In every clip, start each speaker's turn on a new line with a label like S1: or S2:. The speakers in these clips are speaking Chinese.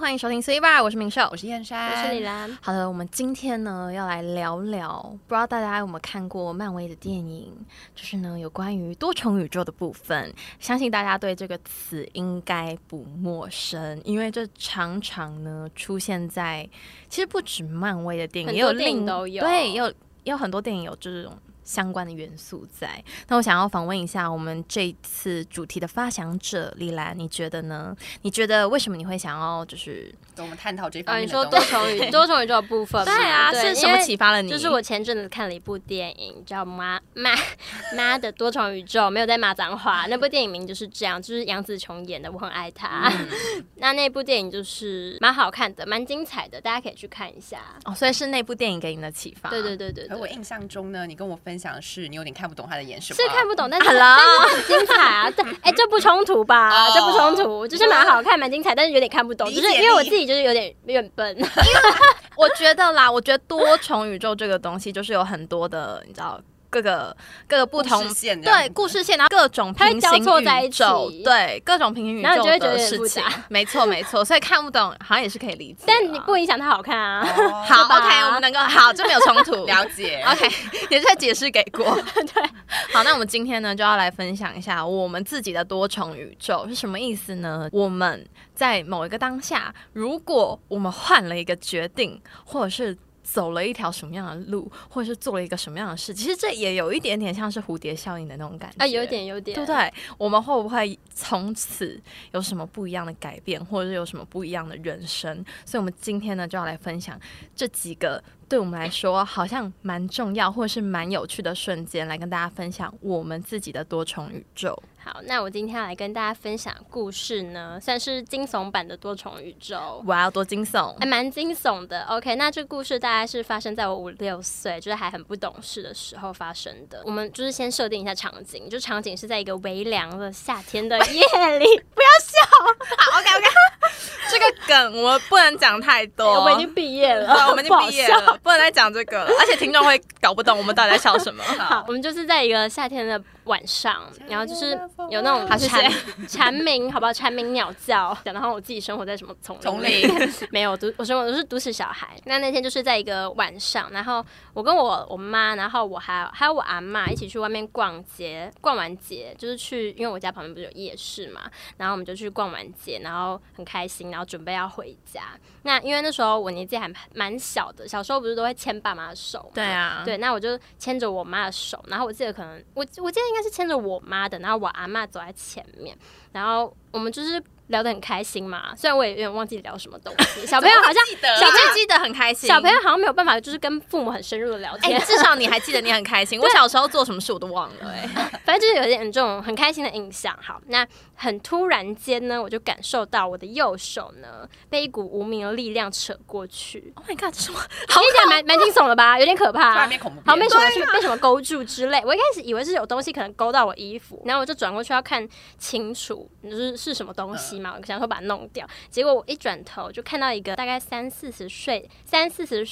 S1: 欢迎收听 C Bar，我是明秀，我是燕山，
S2: 我是李兰。
S1: 好的，我们今天呢要来聊聊，不知道大家有没有看过漫威的电影，就是呢有关于多重宇宙的部分，相信大家对这个词应该不陌生，因为这常常呢出现在其实不止漫威的电影，
S2: 很
S1: 也有
S2: 多电影
S1: 另
S2: 都有
S1: 对，也有也有很多电影有这种。相关的元素在。那我想要访问一下我们这次主题的发想者李兰，你觉得呢？你觉得为什么你会想要就是
S3: 跟我们探讨这方
S2: 啊，你
S3: 面
S2: 说
S3: 的
S2: 多
S3: 东西。
S2: 重 宇多重宇宙的部分嘛？
S1: 啊，
S2: 对
S1: 是什么
S2: 因为
S1: 启发了你？
S2: 就是我前阵子看了一部电影，叫《妈妈妈的多重宇宙》，没有在骂脏话。那部电影名就是这样，就是杨紫琼演的，我很爱她。
S3: 嗯
S2: 那那部电影就是蛮好看的，蛮精彩的，大家可以去看一下。
S1: 哦，所以是那部电影给你的启发。
S2: 对对对对
S3: 可
S2: 对
S3: 啊哎我印象中呢，你跟我分享的是你有点看不懂他在演什么，
S2: 是看不懂，但是
S1: Hello
S2: 但是很精彩啊！这哎，这不冲突吧？
S3: 哦
S2: 这不冲突，就是蛮好看，蛮精彩，但是有点看不懂，
S3: 理
S2: 就
S3: 解啊
S2: 是因为我
S3: 力
S2: 自己就是有点有点 笨。
S1: 我觉得啦，我觉得多重宇宙这个东西就是有很多的，你知道各个各个不同
S3: 故事线这样
S1: 对
S3: 子
S1: 故事线，然后各种
S2: 它会
S1: 平
S2: 交
S1: 行
S2: 错在
S1: 宇
S2: 一
S1: 宙
S2: 起，
S1: 对各种平行宇
S2: 然
S1: 宙
S2: 后你就会觉得
S1: 的
S2: 有点
S1: 事
S2: 复
S1: 情
S2: 杂，
S1: 没错没错，所以看不懂好像也是可以理解啦。
S2: 但你不影响它好看啊啊。
S3: 哦。
S1: 好
S2: 吧
S1: OK，我们能够好，这没有冲突
S3: 了解。
S1: OK，也是在解释给过。对， 好，那我们今天呢就要来分享一下我们自己的多重宇宙是什么意思呢？我们在某一个当下，如果我们换了一个决定，或者是走了一条什么样的路，或者是做了一个什么样的事，其实这也有一点点像是蝴蝶效应的那种感觉
S2: 啊，有点有点，
S1: 对不对？我们会不会从此有什么不一样的改变，或者是有什么不一样的人生？所以，我们今天呢，就要来分享这几个对我们来说好像蛮重要，或者是蛮有趣的瞬间，来跟大家分享我们自己的多重宇宙。
S2: 好，那我今天要来跟大家分享的故事呢，算是惊悚版的多重宇宙。
S1: 哇，多惊悚！
S2: 还蛮惊悚的。OK，那这故事大概是发生在我五六岁，就是还很不懂事的时候发生的。我们就是先设定一下场景，就场景是在一个微凉的夏天的夜 里。
S1: 好，OK OK，这个梗我们不能讲太多，
S2: 我们已经毕业
S1: 对
S2: 了，
S1: 哦 我们已经
S2: 不好
S1: 毕业
S2: 笑
S1: 了，不能再讲这个了，而且听众会搞不懂我们到底在笑什么。
S2: 好，我们就是在一个夏天的晚上，然后就是有那种
S1: 好谢谢
S2: 蝉蝉鸣，好不好？蝉鸣鸟叫，讲到好像我自己生活在什么丛
S3: 丛
S2: 林
S3: 林
S2: 里， 没有，我读我生活都是都市小孩。那那天就是在一个晚上，然后我跟我我妈，然后我还有还有我阿嬷一起去外面逛街，逛完街就是去，因为我家旁边不是有夜市嘛，然后我们就去逛完街，然后很开心，然后准备要回家。那因为那时候我年纪还蛮小的，小时候不是都会牵爸妈的手嘛，
S1: 对啊，
S2: 对，那我就牵着我妈的手，然后我记得可能我我记得应该是牵着我妈的，然后我阿嬷走在前面，然后我们就是聊得很开心嘛。虽然我也有点忘记聊什么东西，小朋友 好像
S3: 记得啊
S1: 小朋友记得很开心，
S2: 小朋友好像没有办法，就是跟父母很深入的聊
S1: 哎、
S2: 天，
S1: 至少你还记得你很开 心。我小时候做什么事我都忘了、哎，
S2: 反正就是有点这种很开心的印象。好，那很突然间呢，我就感受到我的右手呢被一股无名的力量扯过去，
S1: ，Oh my god，这是我
S2: 听起来蛮蛮惊悚的吧，有点可怕，
S3: 突然变恐怖片
S2: 好像被什么去被什么勾住之类。我一开始以为是有东西可能勾到我衣服，
S1: 嗯
S2: 然后我就转过去要看清楚，就是是什么东西
S1: 嗯
S2: 嘛，我想说把它弄掉。结果我一转头就看到一个大概三四十岁，三四十，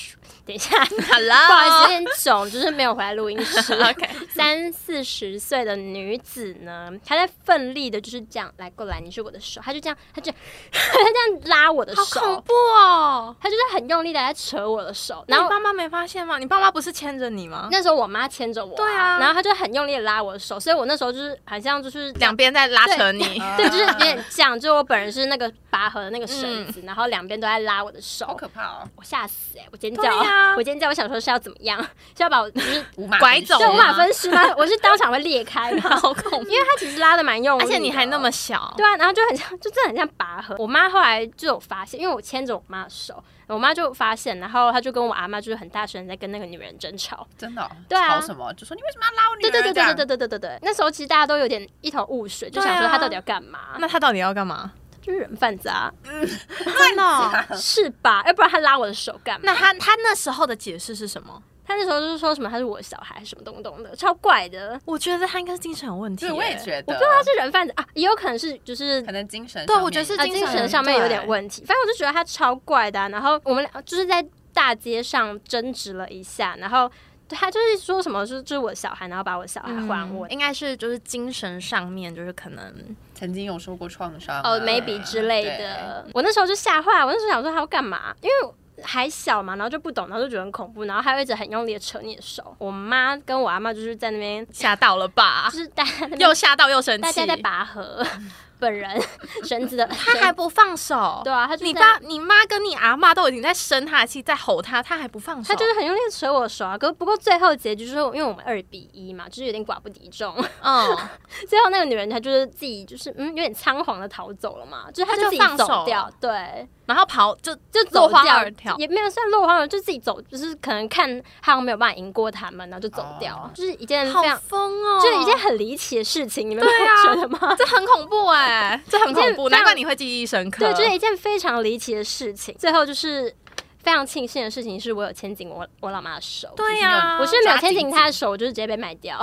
S2: 等一下， 不
S1: 好了，
S2: 好意思，有点肿，就是没有回来录音室。
S1: OK
S2: 三四十岁的女子呢，她在奋力的，就是这样来过来，你是我的手，她就这样，她就 她这样拉我的手，
S1: 好恐怖哦。
S2: 他就是很用力的在扯我的手，
S1: 然
S2: 然
S1: 后
S2: 后
S1: 你爸妈没发现吗？你爸妈不是牵着你吗？
S2: 那时候我妈牵着我，
S1: 对啊
S2: 然后他就很用力的拉我的手，所以我那时候就是好 像就是
S1: 两边在拉扯你，
S2: 对，
S3: 啊
S2: 就是有点犟，就我本人是那个拔河的那个
S1: 嗯
S2: 绳子，然后两边都在拉我的手，
S3: 好可怕哦，
S2: 我吓死哎、我尖叫，
S1: 对啊
S2: 我尖叫，我想说是要怎么样，是要把我 就是
S3: 五马
S1: 拐
S3: 分
S1: 走
S3: 尸
S2: 对
S1: 吗
S2: 无法分尸吗？我是当场会 裂开吗？
S1: 好恐怖
S2: 因。为他其实拉的蛮用 力
S1: 而
S2: 的，
S1: 且你还那么小，
S2: 对啊，然后就很像，就真的很像拔河。我妈后来就有发现，因为我牵着我妈的手，我妈就发现，然后她就跟我阿妈就是很大声地在跟那个女人争吵。
S3: 真的哦，
S2: 对啊
S3: 吵什么？就说你为什么要拉我女
S2: 对
S3: 儿？
S2: 对对
S3: 这样
S2: 对对对对对对，那时候其实大家都有点一头雾水，就
S1: 对啊
S2: 想说她到底要干嘛？
S1: 那他到底要干 嘛？
S2: 就是人贩子啊，
S1: 真的哦、
S2: 是吧？哎要不然她拉我的手干嘛？
S1: 那他他那时候的解释是什么？
S2: 她那时候就是说什么她是我的小孩，什么东东的，超怪的。
S1: 我觉得他应该是精神有问题、
S3: 对，我也
S1: 得。
S3: 觉
S2: 我
S3: 得
S2: 不知道她是人贩子啊，也有可能是就是
S3: 可能精神上
S1: 对，
S3: 面
S1: 我觉得是
S2: 啊，
S1: 精
S2: 精神上面有点问题。反正我就觉得他超怪的啊、然后我们俩就是在大街上争执了一下，然后对他就是说什么，就是就是我的小孩，然后把我的小孩还我，
S1: 应该是就是精神上面，就是可能
S3: 曾经有受过创伤啊，
S1: 呃
S2: 哦、maybe 之类的。我那时候就吓坏，我那时候想说他要干嘛，因为。还小嘛，然后就不懂，然后就觉得很恐怖，然后他又一直很用力的扯你的手。我妈跟我阿妈就是在那边，
S1: 吓到了吧
S2: 就？是大家在那 边
S1: 又吓到又生气，
S2: 大家在拔河，本人绳子的，
S1: 他还不放手。
S2: 对啊，他就是
S1: 你
S2: 在
S1: 爸、你妈跟你阿妈都已经在生他的气，在吼他，他还不放手。
S2: 他就是很用力地捶我的手啊。可不过最后结局就是因为我们二比一嘛，就是有点寡不敌众。
S1: 嗯，
S2: 最后那个女人她就是自己就是嗯有点仓皇的逃走了嘛，就是她
S1: 她
S2: 就
S1: 就
S2: 自
S1: 放
S2: 己
S1: 手
S2: 走掉，对，
S1: 然后跑就
S2: 就
S1: 落
S2: 走
S1: 荒
S2: 掉
S1: 而逃。
S2: 也没有算落荒而逃，就自己走，就是可能看他们没有办法赢过他们，然后就走掉，
S3: 哦
S2: 就是一件
S1: 好
S2: 非常。
S1: 疯哦！
S2: 就是一件很离奇的事情，你们没
S1: 对啊
S2: 有觉得吗？
S1: 这很恐怖哎、这很恐怖，
S2: 一件非常
S1: 难怪你会记忆深刻。
S2: 对，就是一件非常离奇的事情。最后就是非常庆幸的事情，是我有牵紧我我老妈的手。
S1: 对啊呀、
S2: 我是没有牵紧
S3: 抓紧
S2: 她的手，我就是直接被卖掉，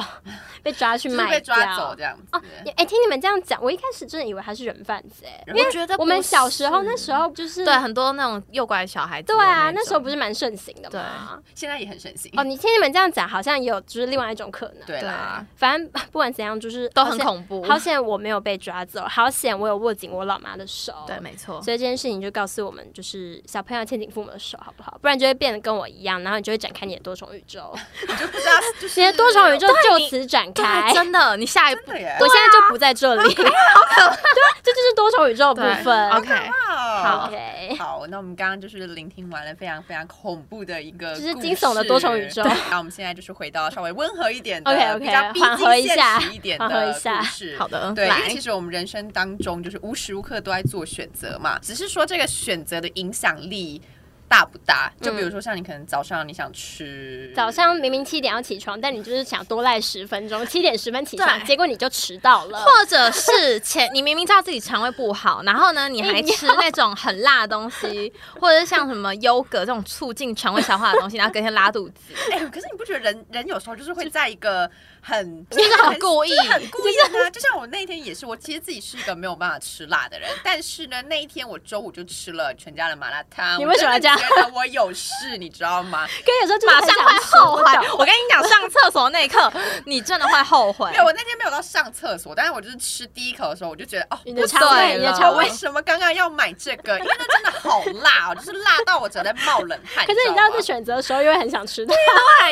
S2: 被抓去
S3: 就是
S2: 卖
S3: 被
S2: 掉。
S3: 抓走这样子。
S2: 也哎、听你们这样讲，我一开始真的以为他是人贩子哎、
S3: 因
S1: 我觉得
S2: 我们
S1: 不是
S2: 小时候那时候就是
S1: 对很多那种诱拐小孩子的
S2: 对啊，
S1: 那
S2: 那时候不
S1: 是
S2: 是蛮盛行的嘛。
S3: 现在也很神奇
S2: 哦，你听你们这样讲，好像也有就是另外一种可能。
S3: 对啦，
S2: 反正不管怎样，就是
S1: 都
S2: 好
S1: 很
S2: 险
S1: 恐怖。
S2: 好险我没有被抓走， 好险我有握紧我老妈的手。
S1: 对，没错，
S2: 所以这件事情就告诉我们，就是小朋友要牵紧父母的手，好不好？不然就会变得跟我一样，然后你就会展开你的多重宇宙，
S3: 你就不知道，就是
S2: 你的多重宇宙就
S1: 你
S2: 此展
S1: 对
S2: 开，。
S1: 真的，你下一步
S3: 真的耶，
S2: 我现在就不在这里，好可怕！ 对，啊这就是多重宇宙的部分。
S1: OK，
S3: 好
S1: 好。
S2: OK，
S3: 好，那我们刚刚就是聆听完了非常非常恐怖的一个，
S2: 就是惊悚的多重宇宙
S3: 对那我们现在就是回到稍微温和一点 的
S2: OK，OK，
S3: 比较逼
S2: 缓和一
S3: 近
S2: 下
S3: 现实一点
S2: 缓和
S3: 的
S2: 一下
S3: 故事。
S1: 好的
S3: 对，因
S1: 来
S3: 为其实我们人生当中就是无时无刻都在做选择嘛，只是说这个选择的影响力。大不大？就比如说，像你可能早上你想吃、
S2: 早上明明七点要起床，但你就是想多赖十分钟，七点十分起床，
S1: 对
S2: 结果你就迟到了。
S1: 或者是前你明明知道自己肠胃不好，然后呢你还吃那种很辣的东西， 或者是像什么优格这种促进肠胃消化的东西，然后隔天拉肚子，
S3: 哎、可是你不觉得人人有时候就是会在一个很
S1: 就是很故意。
S3: 很故意的呢。就像我那一天也是，我其实自己是一个没有办法吃辣 的人，但是呢，那一天我周五就吃了全家的麻辣烫。
S2: 你为什么要这样
S3: 我真的觉得我有事，你知道吗？
S2: 跟有时候就是
S1: 马
S2: 很
S1: 上
S2: 想
S1: 会
S2: 吃
S1: 后悔
S2: 我懂。
S1: 我跟你讲，上厕所那一刻，你真的会后悔
S3: 没。有，我那天没有到上厕所，但是我就是吃第一口的时候，我就觉得哦，
S2: 你
S3: 我
S2: 的
S1: 肠
S2: 肠
S1: 胃
S2: 胃，
S1: 对
S2: 你的
S1: 了
S2: 肠
S3: 为
S2: 胃。
S3: 什么刚刚要买这个？因为那真的好辣哦，就是辣到我整个在冒冷汗。
S2: 可是你知
S3: 知道
S2: 道，
S3: 吗
S2: 在选择的时候又会很想吃它。
S1: 对，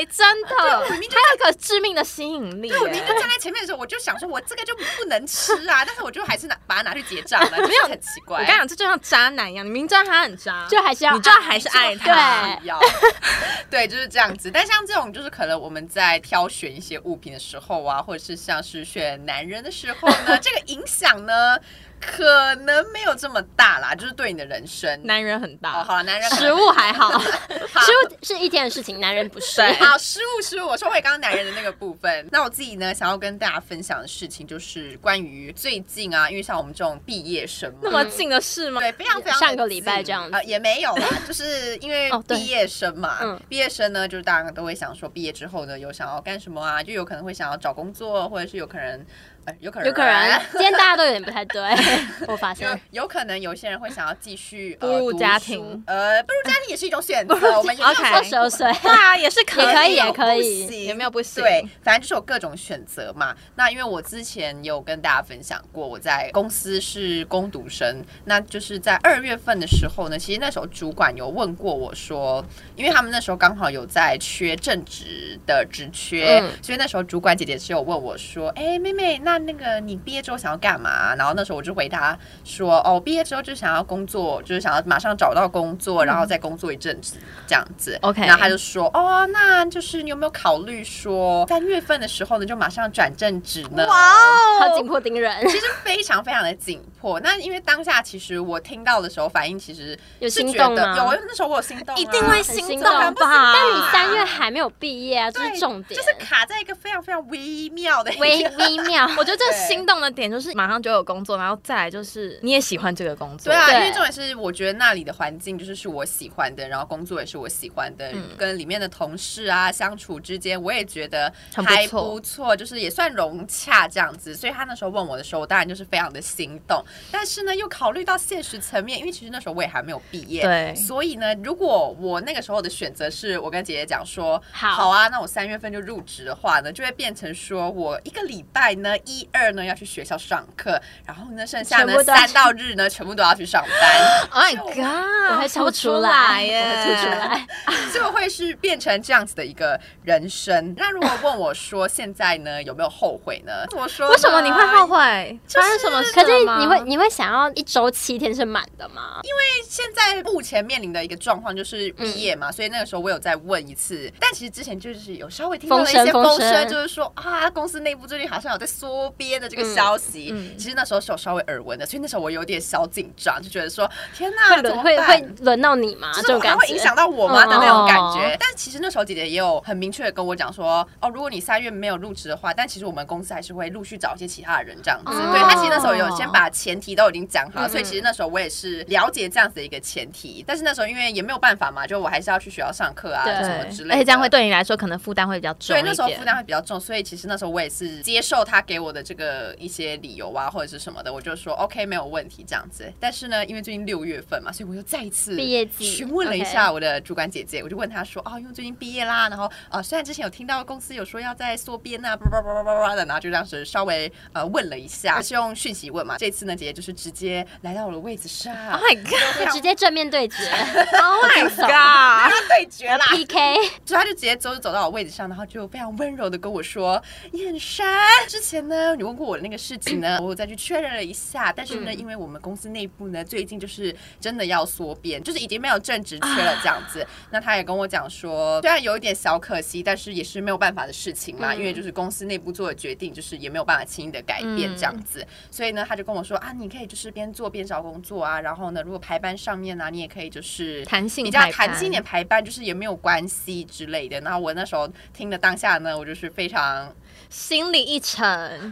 S1: 啊真的，它有一个致命的吸引力耶。
S3: 我明明就站在前面的时候，我就想说，我这个就不能吃啊，但是我就还是拿把它拿去结账了，没有很奇怪。
S1: 我跟你讲，这就像渣男一样，你明知道他很渣，
S2: 就还是要
S1: 你就还是爱他。
S2: 对，
S3: 要，对，就是这样子。但像这种，就是可能我们在挑选一些物品的时候啊，或者是像是选男人的时候 呢，这个影响呢，可能没有这么大啦，就是对你的人生。
S1: 男人很
S3: 哦，
S1: 大，
S3: 好了，男人可能
S1: 食物还好，啊
S2: 食物是一天的事情，男人不是。
S1: 对
S3: 好，失误失误，我说回刚刚男人的那个部分。那我自己呢，想要跟大家分享的事情就是关于最近啊，因为像我们这种毕业生嘛
S1: 那，么近的事吗？
S3: 对，非常非常
S2: 上个礼拜这样子
S3: 啊、呃也没有啦，就是因 为
S1: 哦对
S3: 毕业生嘛，
S2: 嗯
S3: 毕业生呢，就是大家都会想说，毕业之后呢，有想要干什么啊？就有可能会想要找工作，或者是有可能，呃，有可 能，
S2: 有可能今天大家都有点不太 对，我发现
S3: 有。有可能有些人会想要继续
S1: 步入
S3: 呃、读
S1: 家
S3: 书
S1: 庭
S3: 呃，步入家庭也是一种选 择，我们也没有说
S1: OK
S2: 二十二岁，
S1: 对啊，也是可
S2: 也可以
S1: 啊
S2: 也可以
S3: 不行
S1: 也没有不行。
S3: 对，反正就是有各种选择嘛。那因为我之前有跟大家分享过，我在公司是攻读生，那就是在二月份的时候呢，其实那时候主管有问过我说，因为他们那时候刚好有在缺正职的职缺，
S2: 嗯
S3: 所以那时候主管姐姐是有问我说，哎、妹妹，那那个你毕业之后想要干嘛？然后那时候我就回答说，哦，毕业之后就想要工作，就是想要马上找到工作，然后再工作一阵子这样子。
S1: OK
S3: 然后他就说，哦，那就是你有没有考虑说三月份的时候呢，就马上转正职呢？
S2: 好
S1: 哇哦
S2: 紧！迫盯人，
S3: 其实非常非常的紧迫。那因为当下其实我听到的时候，反应其实
S2: 有
S3: 是
S2: 心
S3: 觉
S2: 动
S3: 得
S2: 吗？
S3: 有，那时候我有心动、啊，
S1: 一定会
S2: 很
S1: 心
S2: 心
S1: 动
S2: 动
S1: 吧？
S2: 但你三月还没有毕业啊，这
S3: 对
S2: 是重点
S3: 就，是卡在一个非常非常微妙的一个
S2: 微微妙。
S1: 我觉得这个心动的点就是马上就有工作，然后再来就是你也喜欢这个工作，
S3: 对啊，
S2: 对
S3: 因为重点是，我觉得那里的环境就是是我喜欢的，然后工作也是我喜欢的，
S1: 嗯
S3: 跟里面的同事啊相处之间，我也觉得
S1: 很不
S3: 还
S1: 错
S3: 不错，就是也算融洽这样子。所以他那时候问我的时候，我当然就是非常的心动，但是呢，又考虑到现实层面，因为其实那时候我也还没有毕业，
S1: 对
S3: 所以呢，如果我那个时候的选择是我跟姐姐讲说，
S2: 好
S3: 啊，那我三月份就入职的话呢，就会变成说我一个礼拜呢，一二呢要去学校上课，然后呢剩下呢
S2: 全部都要
S3: 三到日呢全部都要去上班，
S1: Oh my god！
S2: 我会
S1: 笑
S2: 吐
S1: 不
S2: 出
S1: 来
S2: 来，
S1: 耶，啊
S2: 我会吐出来。
S3: 就会是变成这样子的一个人生。那如果问我说现在呢有没有后悔 呢？我说
S1: 为什么你会后
S3: 悔？
S1: 悔？发生什么事
S2: 可是
S1: 了吗啊
S2: 你会你会想要一周七天是满的吗？
S3: 现在目前面临的一个状况就是毕业
S2: 嗯
S3: 嘛，所以那个时候我有再问一次，但其实之前就是有稍微听到了一些
S2: 风声
S3: 风
S2: 风声
S3: 就是说啊，公司内部最近好像有在缩编的这个消息，
S1: 嗯嗯
S3: 其实那时候是有稍微耳闻的，所以那时候我有点小紧张，就觉得说天
S2: 会
S3: 哪，怎
S2: 轮
S3: 么
S2: 会
S3: 办
S2: 会轮到你吗？
S3: 就
S2: 啊这
S3: 是
S2: 种
S3: 还
S2: 感
S3: 会
S2: 觉嗯
S3: 影响到我妈的那种感觉。
S1: 哦
S3: 但其实那时候姐姐也有很明确的跟我讲说，哦，如果你三月没有入职的话，但其实我们公司还是会陆续找一些其他的人这样子。
S1: 哦
S3: 对，她其实那时候有先把前提都已经讲好，
S2: 嗯嗯
S3: 所以其实那时候我也是了解这样子的一个前提。但是那时候因为也没有办法嘛，就我还是要去学校上课啊
S2: 对
S3: 什么之
S1: 对，
S3: 类的。
S1: 而且这样会对你来说可能负担会比较重
S3: 所
S1: 一
S3: 以
S1: 点。
S3: 那时候负担会比较重，所以其实那时候我也是接受他给我的这个一些理由啊，或者是什么的，我就说 OK 没有问题这样子。但是呢，因为最近六月份嘛，所以我又再一次
S2: 毕业季
S3: 询问了一下我的主管姐姐，我就问她说哦，因为最近毕业啦，然后呃虽然之前有听到公司有说要在缩编啊，叭叭叭叭叭叭的，然后就这样子稍微呃问了一下，是用讯息问嘛。这次呢，姐姐就是直接来到我的位置 上，
S1: ，Oh my god！Oh
S2: 就直接正面对决
S1: my god！
S3: 对决啦。
S2: PK，
S3: 所以他就直接走走到我位置上，然后就非常温柔的跟我说：“燕山，之前呢你问过我的那个事情呢， 嗯我再去确认了一下，但是呢，因为我们公司内部呢最近就是真的要缩编，就是已经没有正职缺了这样子。那他也跟我讲说，虽然有一点小可惜，但是也是没有办法的事情嘛，
S2: 嗯
S3: 因为就是公司内部做的决定，就是也没有办法轻易的改变这样子。所以呢，他就跟我说啊，你可以就是边做边找工作啊，然后呢，如果排班上面啊呢、你也可以就是
S1: 弹性
S3: 比较
S1: 排班
S3: 弹性一点排班，就是也没有关系之类的。然后我那时候听的当下呢，我就是非常，
S1: 心里一沉，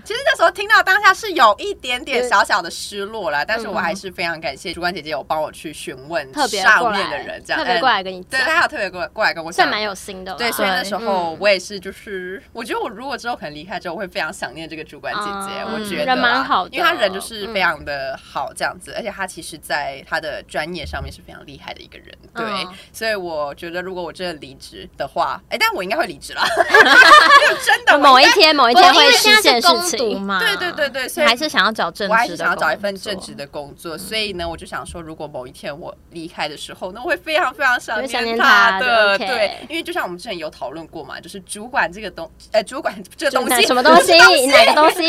S3: 其实那时候听到当下是有一点点小小的失落啦，但是我还是非常感谢主管姐姐有帮我去询问
S2: 嗯特别
S3: 上
S2: 过
S3: 面的人
S2: 来，，
S3: 这样
S2: 特别过
S3: 嗯
S2: 来跟你
S3: 对
S2: 讲，
S3: 他有特别过来过来跟我讲
S2: 算蛮。有心的啦。
S3: 对，所以那时候
S2: 嗯
S3: 我也是，就是我觉得我如果之后可能离开之后，我会非常想念这个主管姐姐。
S2: 嗯
S3: 我觉得
S2: 人蛮
S3: 啦
S2: 好的嗯
S3: 因为她人就是非常的好这样子，而且她其实在她的专业上面是非常厉害的一个人。对，
S2: 嗯
S3: 所以我觉得如果我真的离职的话，哎，但我应该会 离职啦， 没有真的
S2: 某
S3: 我
S2: 一
S3: 应该
S2: 天某一
S1: 不是
S2: 天
S1: 因
S2: 会
S1: 为
S2: 实
S1: 现在是
S2: 现事
S1: 攻读
S2: 情。
S1: 嘛？
S3: 对对对对所
S1: 你
S3: 以
S1: 还是想要找正职，
S3: 我还是想要找一份正职。的工作，
S2: 嗯
S3: 所以呢，我就想说，如果某一天我离开的时候，那我会非常非常想
S2: 会想
S3: 念
S2: 念
S3: 他
S2: 他
S3: 的。
S2: 的，OK
S3: 对，因为就像我们之前有讨论过嘛，就是主管这个东，呃，主管这 个东
S2: 哪
S3: 西，
S2: 什么东西？哪个东西？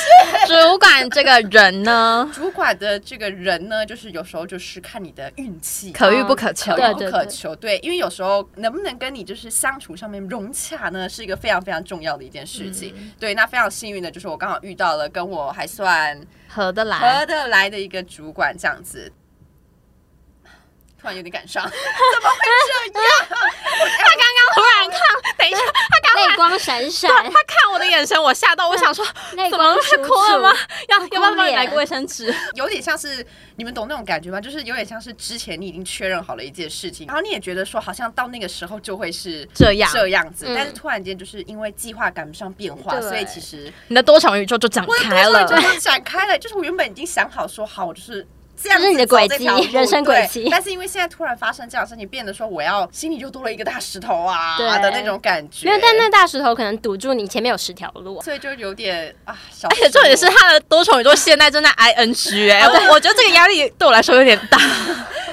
S1: 主管这个人呢
S3: 主管的这个人呢，就是有时候就是看你的运气。
S1: 可遇不可求
S3: 可。
S2: 对
S3: 遇不可求，对，因为有时候能不能跟你就是相处上面融洽呢，是一个非常非常重要的一件事情。
S2: 嗯
S3: 对，那非常幸运的就是我刚好遇到了跟我还算
S1: 合得来
S3: 合。得来的一个主管，这样子。突然有点感伤，怎么会这样？
S1: 他刚刚突然看，等一下，他刚
S2: 泪
S1: 刚
S2: 光闪闪，
S1: 他看我的眼神，我吓到，我想说，
S2: 泪
S1: 怎么
S2: 光
S1: 了
S2: 楚
S1: 哭了吗
S2: 楚。？
S1: 要要不要帮你
S2: 脸
S1: 买个卫生纸？
S3: 有点像是你们懂那种感觉吗？就是有点像是之前你已经确认好了一件事情，然后你也觉得说好像到那个时候就会是
S1: 这样
S3: 这样子，
S2: 嗯
S3: 但是突然间就是因为计划赶不上变化，
S2: 对
S3: 所以其实
S1: 你的多重宇宙就展
S3: 我的
S1: 开了
S3: 多。少就展开了，就是我原本已经想好说好，我就是。这样子
S2: 这是你的轨
S3: 走这
S2: 迹
S3: 条路
S2: 人生轨迹
S3: 对但是因为现在突然发生这样的事情，变得说我要心里就多了一个大石头啊
S2: 对
S3: 的那种感觉。
S2: 没有，但那大石头可能堵住你前面有十条路。
S3: 所以就有点啊，小
S2: 哎
S1: 而且重点是
S3: 失落
S1: 他的多重宇宙现在正在 ing 哎、我我觉得这个压力对我来说有点 大。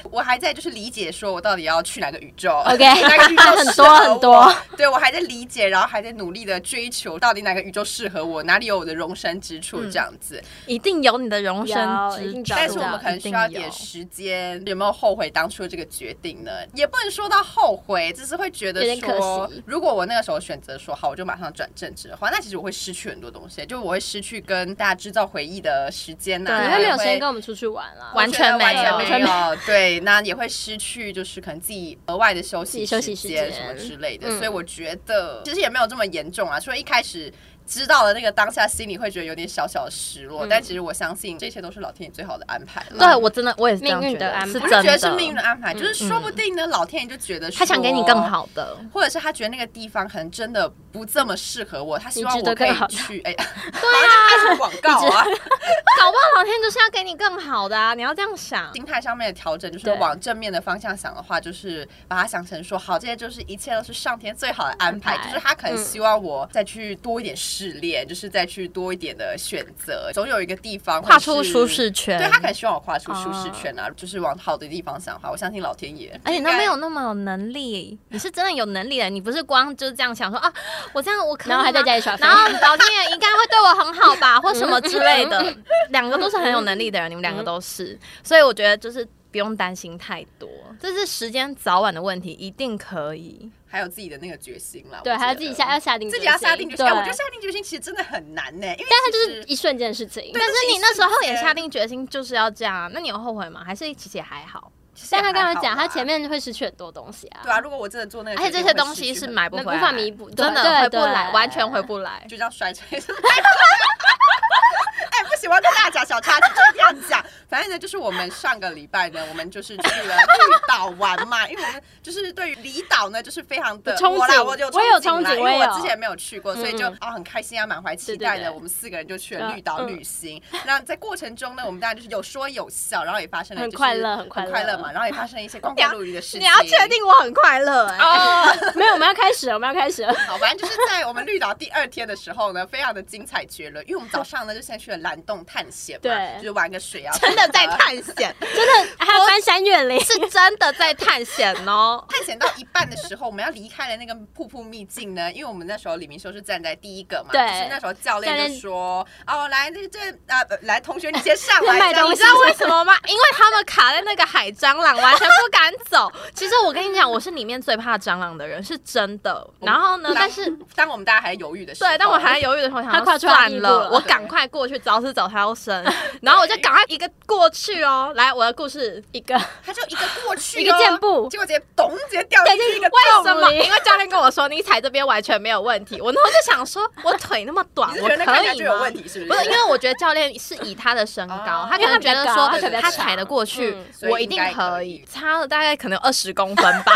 S3: 我还在就是理解，说我到底要去哪个宇宙
S2: OK
S3: 哪个宇宙适合我
S2: 很多很多，
S3: 对我还在理解，然后还在努力的追求，到底哪个宇宙适合我，哪里有我的容身之处
S2: 嗯
S3: 这样子。
S1: 一定有你的容身
S2: 有
S1: 之
S2: 啊一定
S1: 处，
S2: 找
S3: 但
S2: 不
S3: 是我
S2: 到
S3: 们可能需
S1: 定
S3: 要一
S1: 有
S3: 点时间，有没有后悔当初这个决定呢？也不能说到后悔，只是会觉得
S2: 有点可
S3: 说
S2: 惜，
S3: 如果我那个时候选择说好，我就马上转正职的话，那其实我会失去很多东西，就我会失去跟大家制造回忆的时间呐、
S1: 对
S2: 你
S3: 然
S2: 会
S3: 后
S2: 没
S3: 也
S2: 有时间跟我们出去玩了，
S1: 完全没有
S3: 完全没
S2: 完全
S3: 有，对，那也会失去就是可能自己额外的休息
S2: 自己休息
S3: 时间
S2: 时间
S3: 什么之类的，
S2: 嗯
S3: 所以我觉得其实也没有这么严重啊。所以一开始知道了那个当下，心里会觉得有点小小的失落。
S2: 嗯
S3: 但其实我相信，这一切都是老天爷最好的安排了。
S1: 对我真的我也是这样
S2: 命运
S1: 觉得
S2: 的安排
S1: 是真
S3: 我就
S1: 的，
S3: 觉得是命运的安排，
S2: 嗯
S3: 就是说不定呢，老天爷就觉得
S1: 他想给你更
S3: 好。
S1: 好的，
S3: 或者是他觉得那个地方可能真的不这么适合我，他希望
S2: 你值得
S3: 我可
S2: 更好
S3: 以
S2: 的
S3: 去。哎，对啊，开始广告啊，
S1: 搞不好老天就是要给你更好的啊！你要这样想，
S3: 心态上面的调整，就是
S2: 对
S3: 往正面的方向想的话，就是把它想成说，好，这些就是一切都是上天最好的安排，
S2: 安排
S3: 就是他可能
S2: 嗯
S3: 希望我再去多一点试炼，就是再去多一点的选择，总有一个地方
S1: 跨出
S3: 会是
S1: 舒。适圈。
S3: 对他可能希望我跨出舒
S2: 哦
S3: 适圈啊，就是往好的地方想的话，我相信老天爷。
S1: 而
S2: 哎
S1: 且都没有那么有能力，你是真的有能力的，你不是光就是这样想说啊，我这样我可以吗
S2: 然后还在家里耍废
S1: 然后老天爷应该会对我很好吧，或什么之类 的。两个都是很有能力的人，你们两个都是，所以我觉得就是不用担心太多，这是时间早晚的问题，一定可以。
S3: 还有自己的那个决心啦。
S2: 对，
S3: 我觉
S2: 还
S3: 得
S2: 要自己下要下定
S3: 自己要下定决心。哎我觉得
S2: 对
S3: 下定决心其实真的很难呢，因为
S2: 但它就
S3: 其实
S2: 是一瞬间的事情，
S3: 对
S1: 但是你那时候也
S3: 是
S1: 下定决心就是要这样啊，那你有后悔吗？还是其实也还好？
S2: 但他刚
S3: 才
S2: 刚讲，他前面会失去很多东西啊，
S3: 对啊，如果我真的做那个
S1: 而
S3: 决
S1: 且
S3: 定，
S1: 这些东西是买不
S2: 那
S1: 回来
S2: 无
S1: 的，
S2: 法弥补对
S1: 真的
S2: 对
S1: 回不
S2: 对
S1: 来，完全回不来
S3: 我会失去的，。就这样摔出来。哎，不行，我要跟大家讲小插曲，就是这样讲。反正呢，就是我们上个礼拜呢，我们就是去了绿岛玩嘛，因为我们就是对于离岛呢，就是非常的
S2: 憧憬
S3: 我啦，我有
S2: 我有
S3: 憧
S2: 憧
S3: 啦
S2: 憬
S3: 因
S2: 我
S3: 为
S2: 也有
S3: 我之前没有去过，所以就
S2: 嗯嗯
S3: 啊很开心啊，满怀期待
S2: 对
S3: 的。
S2: 对对
S3: 我们四个人就去了绿岛
S2: 嗯
S3: 旅行。那在过程中呢，我们大家就是有说有笑，然后也发生了
S2: 很
S3: 就是
S2: 快乐很
S3: 快
S2: 快乐
S3: 乐嘛，然后也发生了 一些光怪陆离的事情。
S1: 你要确定我很快乐哎、
S3: 哦。
S2: 没有，我们要开始了，我们要开始了。
S3: 好，反正就是在我们绿岛第二天的时候呢，非常的精彩绝伦，因为我们早上呢就先去了蓝洞探险嘛，
S2: 对
S3: 就是玩个水啊，。
S1: 真的在探险，
S2: 真的还要翻山越岭，
S1: 是真的在探险哦
S3: 探险到一半的时候，我们要离开了那个瀑布秘境呢，因为我们那时候李明修是站在第一个嘛，
S2: 对
S3: 就是那时候教
S2: 教
S3: 练
S2: 练
S3: 就说，哦，来，这这啊，呃来，同学你先上来，
S2: 卖
S3: 这样
S2: 东
S1: 你
S2: 西
S1: 知道为什么吗？ 因为他们卡在那个海蟑螂，完全不敢走。 其实我跟你讲，我是里面最怕蟑螂的人，是真的。然后呢，
S3: 当
S1: 但是
S3: 当我们大家还犹豫的时候，
S1: 对，但我还在犹豫的时候，我想
S2: 他
S1: 说
S2: 跨出他第
S1: 算
S2: 一步了
S1: 了，我赶快过去，只要是找他要生，然后我就赶快一个过去哦。来，我的故事，
S2: 一个
S3: 他就一个过去
S2: 一个
S3: 哦
S2: 箭步
S3: 结果直接咚，直接掉进
S2: 对就
S3: 去
S2: 是
S3: 一个
S1: 为什
S3: 洞。
S1: 么？
S2: 动力
S1: 因为教练跟我说你踩这边完全没有问题，我那时候就想说，我腿那么短，
S3: 你是
S1: 我
S3: 觉得那看
S1: 可
S3: 起来
S1: 以
S3: 就有
S1: 吗
S3: 问？题是不
S1: 不
S3: 是
S1: 是，因？为我觉得教练是以他的身
S3: 哦
S1: 高，他可能觉得说
S2: 因为他比较高他比较
S1: 他
S2: 长
S1: 踩得过去
S2: 嗯，
S3: 所以
S1: 我一定
S3: 应该可
S1: 可
S3: 以
S1: 以。差了大概可能二十公分 吧，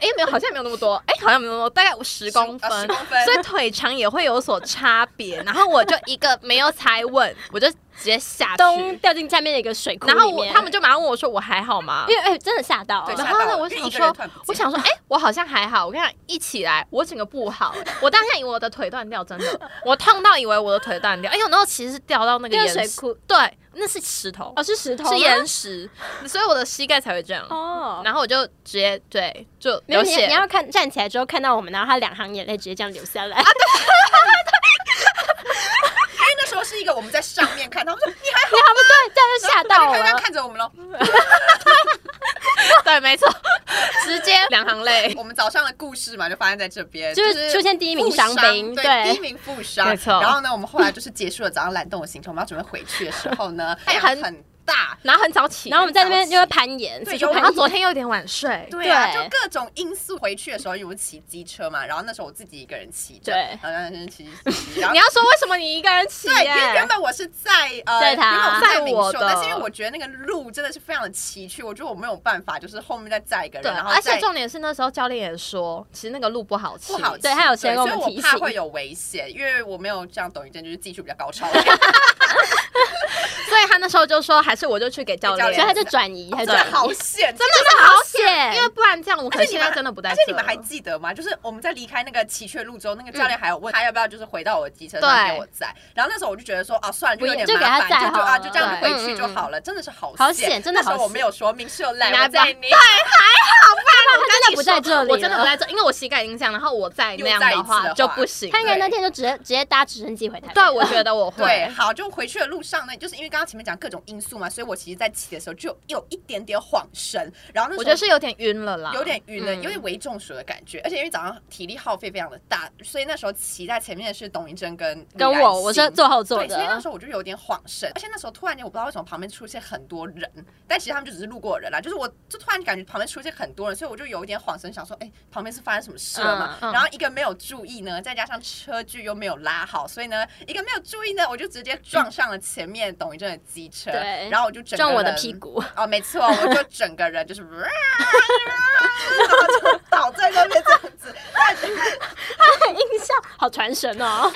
S1: 哎，没有，好像没有那么多，哎，好像没有那么多，大概十公分
S3: 啊。十公分，
S1: 所以腿长也会有所差别，然后我就一个没有踩 稳，我就直接下
S2: 咚
S1: 去，
S2: 掉进下面的一个水库里
S1: 然
S2: 面。
S1: 后我他们就马上问我说我还好吗
S2: 因？为哎真的吓到
S3: 对，
S2: 了，
S1: 然
S3: 吓
S1: 后呢
S3: 到了
S1: 我
S3: 因为
S1: 想
S3: 一个人
S1: 说
S3: 突然不见
S1: 我想说，哎、我好像还好。我跟你讲，一起来，我整个不 好。我当下以为我的腿断掉，真的，我痛到以为我的腿断掉。哎、呦，然后其实是掉到那个
S2: 掉
S1: 岩
S2: 水
S1: 石，
S2: 库
S1: 对，那是石头，
S2: 哦是石头吗
S1: 是岩石，所以我的膝盖才会这样。
S2: 哦。
S1: 然后我就直接对，就
S2: 没有
S1: 流
S2: 你，
S1: 血
S2: 你。要看站起来之后看到我们，然后他两行眼泪直接这样流下来。
S3: 因为那时候是一个我们在上面看，他们说你还 好
S2: 对，他们对，这样就吓到
S3: 他就看
S2: 了。
S3: 看着我们喽。
S1: 对，没错， 直接两行泪。
S3: 我们早上的故事嘛，就发生在这边，
S2: 哎就是
S3: 是
S2: 出现第一名
S3: 负伤
S2: 伤兵
S3: 对，
S2: 对
S3: 第一名负伤，
S1: 没错
S3: 然后呢，我们后来就是结束了早上蓝洞的行程，我们要准备回去的时候 呢，
S2: 哎
S3: 太阳
S1: 很
S3: 很大。
S1: 然后很早起，
S2: 然后我们在那边就会攀岩，
S3: 对
S2: 四
S3: 有
S2: 处
S1: 然
S2: 攀
S1: 后
S2: 岩。
S1: 昨天又有点晚睡，
S3: 对啊，就
S2: 对
S3: 各种因素回去的时候，因为我们骑机车嘛，然后那时候我自己一个人骑着，
S2: 对
S3: 然后那人骑骑 骑，然后
S1: 你要说为什么你一个人起、
S3: 对，因为原
S1: 耶？
S3: 本我是在呃，
S2: 在他
S3: 原本我是在
S1: 在
S3: 民
S1: 我
S3: 宿，
S1: 的
S3: 但是因为我觉得那个路真的是非常的崎岖，我觉得我没有办法，就是后面再载一个
S1: 对，
S3: 人，然后
S1: 而
S3: 再
S1: 且重点是那时候教练也说，其实那个路不好骑，
S3: 不好骑，
S2: 对他有先跟
S3: 所
S2: 我
S3: 以
S2: 们
S3: 我
S2: 提
S3: 怕
S2: 醒
S3: 会有危险，因为我没有像董宇健就是技术比较高超 一点，
S1: 所以他那时候就说，还是我就去给教
S3: 给教
S1: 练，
S2: 所以
S3: 练
S2: 他就转移，他
S3: 真
S2: 就
S3: 的
S2: 转移。
S3: 好险，
S1: 真的是好
S2: 险
S1: 因为不然这样我可
S3: 而
S1: 能
S3: 且你
S1: 现
S3: 们
S1: 在真的不在
S3: 而
S1: 这了。
S3: 且你们还记得吗？就是我们在离开那个崎岖路之后，那个教练还有问他要不要就是回到我的机车上
S1: 对
S3: 给我载。然后那时候我就觉得说啊，算了，就
S2: 不
S3: 有点
S2: 就给他
S3: 麻烦，
S2: 载
S3: 就就啊，
S2: 好
S3: 就
S2: 了
S3: 这样
S1: 对
S3: 回去就
S2: 嗯嗯
S3: 好了。真的是好
S2: 好险真的
S3: 那时候
S2: 好
S3: 我没有说明秀来，
S1: 你
S3: 我
S1: 来吧
S3: 载你。
S2: 他真的不在这里，
S1: 我真的不。在这，因为我膝盖已经这样，然后我再那样
S3: 又再一
S1: 的
S3: 次的话
S1: 话就不行。
S2: 他应该那天就直接直接搭直升机回台北。
S1: 对，啊 我觉得我
S3: 对，
S1: 会。
S3: 好，就回去的路上呢，就是因为刚刚前面讲各种因素嘛，所以我其实在骑的时候就有一点点晃神，然后那时候
S1: 我觉得是有点晕了啦，
S3: 有点晕了，
S1: 嗯
S3: 有点微中暑的感觉，而且因为早上体力耗费非常的大，所以那时候骑在前面的是董一真跟
S2: 跟
S3: 李兰
S2: 我我
S3: 心
S2: 是坐后座
S3: 对，所以那
S2: 的
S3: 时，候我就有点晃神，而且那时候突然间我不知道为什么旁边出现很多人，但其实他们就只是路过的人啦，就是我就突然感觉旁边出现很多人，所以我我就有一点恍神，想说，哎、旁边是发生什么事了嘛？
S1: 嗯嗯
S3: 然后一个没有注意呢，再加上车距又没有拉好，所以呢，一个没有注意呢，我就直接撞上了前面董一正的机车，
S2: 对
S3: 然后我就整个
S2: 撞我的
S3: 人
S2: 屁股，
S3: 哦，没错，我就整个人就是，然后就倒在那边这样子，
S2: 音效好传神哦，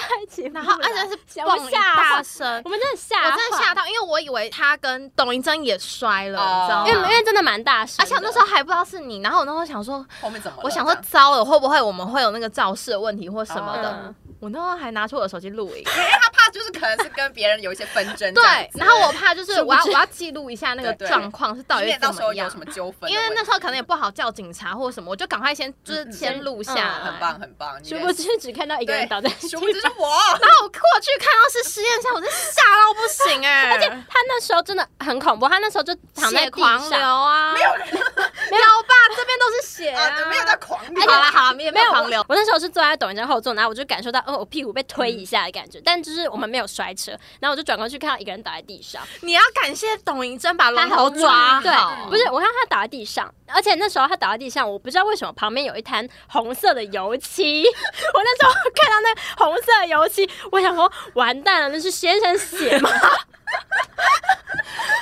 S1: 然后而且是
S2: 吓
S1: 蹦
S2: 我
S1: 一
S2: 吓
S1: 大
S2: 坏
S1: 声，
S2: 我们真的吓，
S1: 我真的吓，到，因为我以为他跟董一真也摔了，
S3: 哦
S1: 你
S2: 因
S1: 知道
S2: 为
S1: 吗
S2: 因？为真的蛮大声的，
S1: 而且我那时候还不知道是你，然后我那时候想说，
S3: 后面怎么了？
S1: 我想说
S3: 这样
S1: 糟了，会不会我们会有那个肇事的问题或什么的
S2: 嗯？
S1: 我那时候还拿出我的手机录影，
S3: 因为他怕就是可能是跟别人有一些纷争这
S1: 对
S3: 样子，，
S1: 然后我怕就是
S2: 殊不
S1: 我要
S2: 知
S1: 我要记录一下那个
S3: 对对
S1: 状况是到底
S3: 以
S1: 是
S3: 免
S1: 怎
S3: 到时候
S1: 么
S3: 有
S1: 样
S3: 什，么纠纷的问题，嗯
S1: 因为那时候可能也不好叫警察或什么，我就赶快先就是
S3: 嗯嗯
S1: 先录下来，
S2: 嗯
S3: 很棒很棒，你
S2: 殊
S3: 的
S2: 不知只看到一个人倒在地
S3: 殊不知是
S2: 板。
S3: 我，
S1: 然后我过去看到是实验箱，我真吓到不行 哎、
S2: 而且他那时候真的很恐怖，他那时候就躺
S1: 血
S2: 在地
S1: 狂流
S2: 上，
S1: 啊，没有有吧？这边都是血
S3: 啊，
S1: 啊，
S3: 没有在狂
S1: 好
S3: 聊。
S1: 啦好啦，也没
S2: 没
S1: 有
S2: 有
S1: 狂流
S2: 我。我那时候是坐在董一真后座，然后我就感受到，哦，我屁股被推一下的感觉，但就是我们没有摔车，然后我就转过去看到一个人倒在地上，
S1: 你要感谢董银珍把龙头
S2: 他好
S1: 抓好，
S2: 嗯对，不是，我看他倒在地上，而且那时候他倒在地上，我不知道为什么旁边有一滩红色的油漆， 我那时候看到那红色的油漆，我想说完蛋了，那是先生血吗？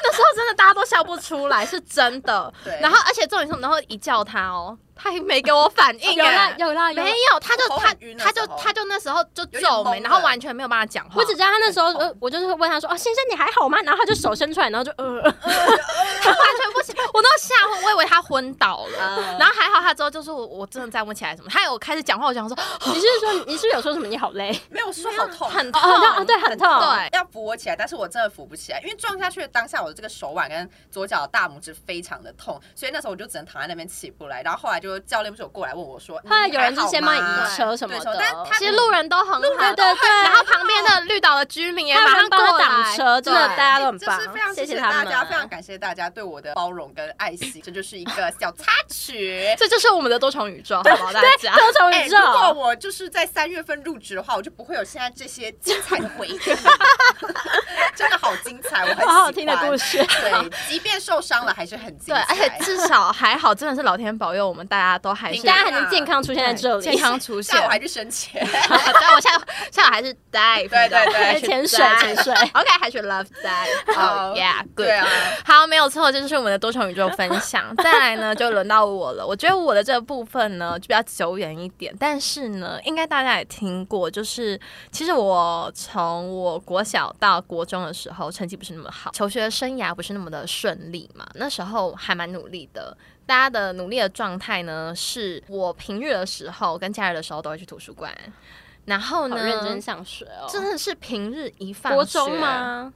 S1: 那时候真的大家都笑不出来，是真的。
S3: 对
S1: 然后而且重点是我们那时候一叫他哦，他还没给我反应
S2: 有
S3: 欸
S2: 啦
S1: 哎，
S2: 有啦有啦
S1: 没，有，他就
S3: 我头
S1: 他
S3: 很晕
S1: 他
S3: 那时
S1: 就
S3: 候
S1: 他就那时候就
S3: 点
S1: 皱眉，
S3: 懵
S1: 然后
S3: 了
S1: 完全没有办法讲话。
S2: 我只知道他那时候，
S3: 很痛
S2: 呃，我就是会问他说：“哦，先生你还好吗？”然后他就手伸出来，然后就 呃，呃
S1: 他 完全不行，我都吓昏，我以为他昏倒了。
S3: 嗯
S1: 然后还好他之后就是我我真的站不起来什么，他有开始讲话，我想说
S2: 你是不是说你是不是有说什么你好累？
S3: 没有说好痛，
S1: 很
S2: 哦
S1: 痛
S2: 哦，那哦对，很痛，
S1: 对。
S3: 要扶我起来，但是我真的扶不起来，因为撞下去的当下，我的这个手腕跟左脚的大拇指非常的痛，所以那时候我就只能躺在那边起不来。然后后来就教练不是有过来问我说，嗯
S2: 后来有人
S3: 你还
S2: 就
S3: 好
S2: 先帮你
S3: 吗
S2: 移车什么
S3: 对
S2: 的，
S3: 但他
S1: 其实路人都很好，
S2: 人都很好
S1: 然后旁边的绿岛的居民也马
S2: 他
S1: 上
S2: 们
S1: 过
S2: 帮
S1: 来
S2: 他挡车，真的
S1: 对
S2: 大家都很
S3: 就是非常
S2: 棒，
S3: 谢
S2: 谢他
S3: 大
S2: 们啊
S3: 家，非常感谢大家对我的包容跟爱 心，这就是一个小插曲。
S1: 这就是我们的多重宇宙，好不好？大家
S2: 多重
S3: 哎、
S2: 宇
S3: 如果
S2: 宙。
S3: 我就是在三月份入职的话，我就不会有现在这些精彩的回忆， 真的好精彩，我很喜欢
S2: 好好听的故事
S3: 对，即便受伤了还是很精
S1: 对，
S3: 彩，
S1: 而且至少还好，真的是老天保佑我们，大家都还是
S2: 大家还能健康出现在这里，
S1: 健 康出现
S3: 下午。还去 生钱，
S2: 啊
S1: 对，我下午下午还是 dive，
S3: 对对对
S1: 还
S2: 还
S1: 是
S2: 潜水
S1: dive
S2: 潜水。
S1: OK，还是 love dive。哦
S3: 哦
S1: yeah，good
S3: 对。啊，
S1: 好，没有错，这就是我们的多重宇宙分享。 再来呢，就轮到我了。我觉得我的这个部分呢，就比较久远一点，但是呢，应该大家也听过，就是其实我从我国小到国中的时候，成绩不是那么好，求学生涯不是那么的顺利嘛，那时候还蛮努力的。大家的努力的状态呢，是我平日的时候跟假日的时候都会去图书馆，然后
S2: 好
S1: 呢，
S2: 认真上学哦，
S1: 真的是平日一放
S2: 国中
S1: 学
S2: 吗？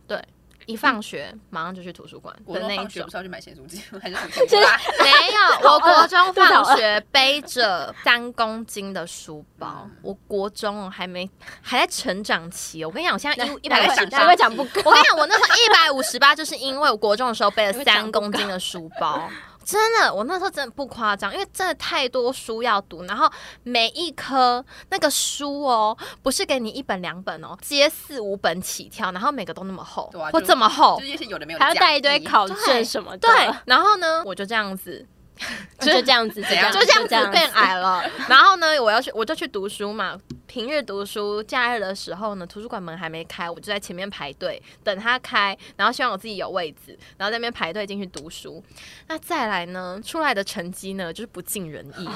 S1: 一放学马上就去图书馆
S3: 我
S1: 的那一
S3: 放学
S1: 种
S3: 不。是要去买咸酥鸡吗，还 是什么？
S1: 没有，我
S2: 好饿
S1: 国中
S2: 肚子好
S1: 放
S2: 饿
S1: 学背着三公斤的书包，我国中哦还没还在成长期哦。我跟你讲，我现在一一百五
S3: 来
S1: 十
S3: 长
S2: 难
S1: 八
S2: 怪，长不高，
S1: 我跟你讲，我那时候一百五十八，就是因为我国中的时候背了
S2: 因为长
S1: 三公斤的书包。真的，我那时候真的不夸张，因为真的太多书要读，然后每一科那个书哦，不是给你一本两本哦，接四五本起跳，然后每个都那么厚，
S3: 对啊
S1: 或
S3: 就
S1: 这么厚，
S3: 就是也是有的没有的
S2: 还要
S3: 讲
S2: 带一堆
S3: 义
S2: 考
S1: 对
S2: 证什么的，嗯
S1: 对，然后呢，我就这样子，
S2: 就这样嗯子，就这样，
S1: 就这样子变矮 了。然后呢，我要去，我就去读书嘛。平日读书，假日的时候呢，图书馆门还没开，我就在前面排队等它开，然后希望我自己有位置，然后在那边排队进去读书。那再来呢，出来的成绩呢，就是不尽人意嘛。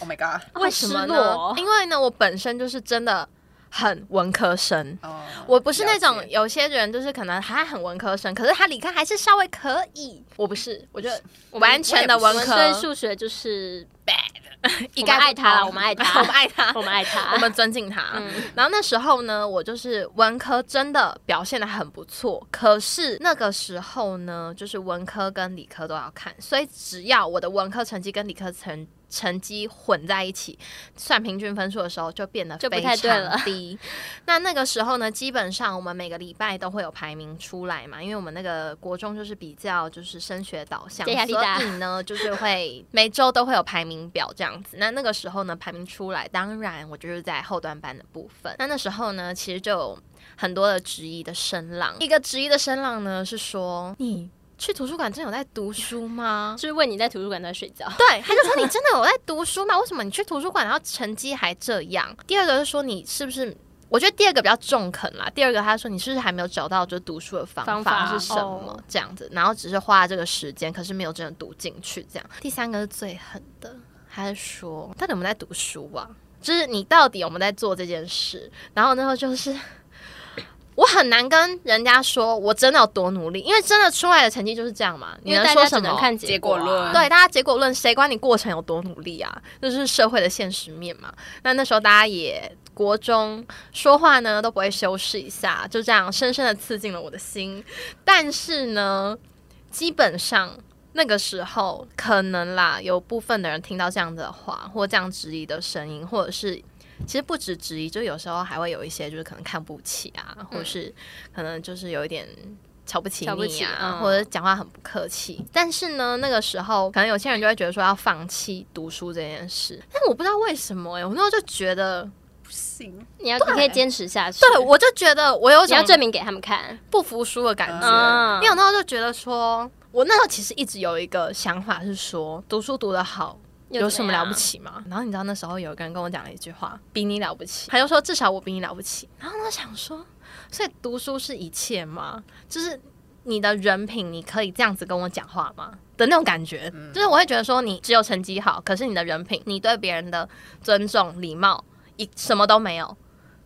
S3: ，Oh my god，
S2: 好
S1: 为什么呢
S2: 失落哦？
S1: 因为呢，我本身就是真的很文科生。
S3: 哦，
S1: 我不是那种
S3: 了解
S1: 有些人就是可能他很文科生，可是他理科还是稍微可以。我不是，我就完全的
S2: 我
S1: 文
S2: 们
S1: 科，
S2: 对数学就是 bad，
S1: 一
S2: 我
S1: 概
S2: 们
S1: 不
S2: 爱他
S1: 通
S2: 了，我们爱他，
S1: 我们爱他，
S2: 我们爱他，
S1: 啊 我们尊敬他。
S2: 嗯
S1: 然后那时候呢，我就是文科真的表现的很不错，可是那个时候呢，就是文科跟理科都要看，所以只要我的文科成绩跟理科成成绩混在一起，算平均分数的时候就变得
S2: 就不
S1: 非
S2: 太对了
S1: 常低。那那个时候呢，基本上我们每个礼拜都会有排名出来嘛，因为我们那个国中就是比较就是升学导向，
S2: 接下地
S1: 所
S2: 大
S1: 以呢就是会每周都会有排名表这样子。那那个时候呢，排名出来，当然我就是在后端班的部分。那那时候呢，其实就有很多的质疑的声浪，一个质疑的声浪呢是说你。去图书馆真的有在读书吗？
S2: 就是问你在图书馆在睡觉，
S1: 对，他就说你真的有在读书吗？为什么你去图书馆然后成绩还这样？第二个是说你是不是？我觉得第二个比较中肯啦。第二个他说你是不是还没有找到就是读书的方
S2: 方
S1: 法
S2: 法
S1: 是什么、这样子，然后只是花了这个时间，可是没有真的读进去这样。第三个是最狠的，他是说到底我们在读书啊？就是你到底有没有在做这件事？然后那时候就是。我很难跟人家说我真的有多努力，因为真的出来的成绩就是这样嘛。你
S2: 因为
S1: 能
S2: 大
S1: 说
S2: 家
S1: 什
S2: 只
S1: 么？
S2: 能看
S3: 结
S2: 果
S3: 果论
S2: 啊。
S1: 对，大家结果论，谁管你过程有多努力啊？这是社会的现实面嘛。那那时候大家也国中说话呢都不会修饰一下，就这样深深的刺进了我的心。但是呢，基本上那个时候可能啦，有部分的人听到这样的话或这样质疑的声音，或者是。其实不止质疑，就有时候还会有一些，就是可能看不起啊，或者是可能就是有一点瞧不起
S2: 瞧不
S1: 你
S2: 起
S1: 啊，
S2: 嗯
S1: 或者讲话很不客气。但是呢，那个时候可能有些人就会觉得说要放弃读书这件事，但我不知道为什么哎、我那时候就觉得，
S3: 不行，
S2: 你要你可以坚持下去，
S1: 对我就觉得我有
S2: 你要
S1: 种
S2: 证明给他们看。
S1: 不服输的感觉，
S2: 嗯
S1: 因为我那时候就觉得说，我那时候其实一直有一个想法是说，读书读得好。
S2: 又
S1: 有
S2: 怎
S1: 什么
S2: 样
S1: 了不起吗？然后你知道那时候有一个人跟我讲了一句话：“比你了不起。”他就说：“至少我比你了不起。”然后我想说，所以读书是一切吗？就是你的人品，你可以这样子跟我讲话吗？的那种感觉，就是我会觉得说，你只有成绩好，可是你的人品，你对别人的尊重、礼貌，一什么都没有，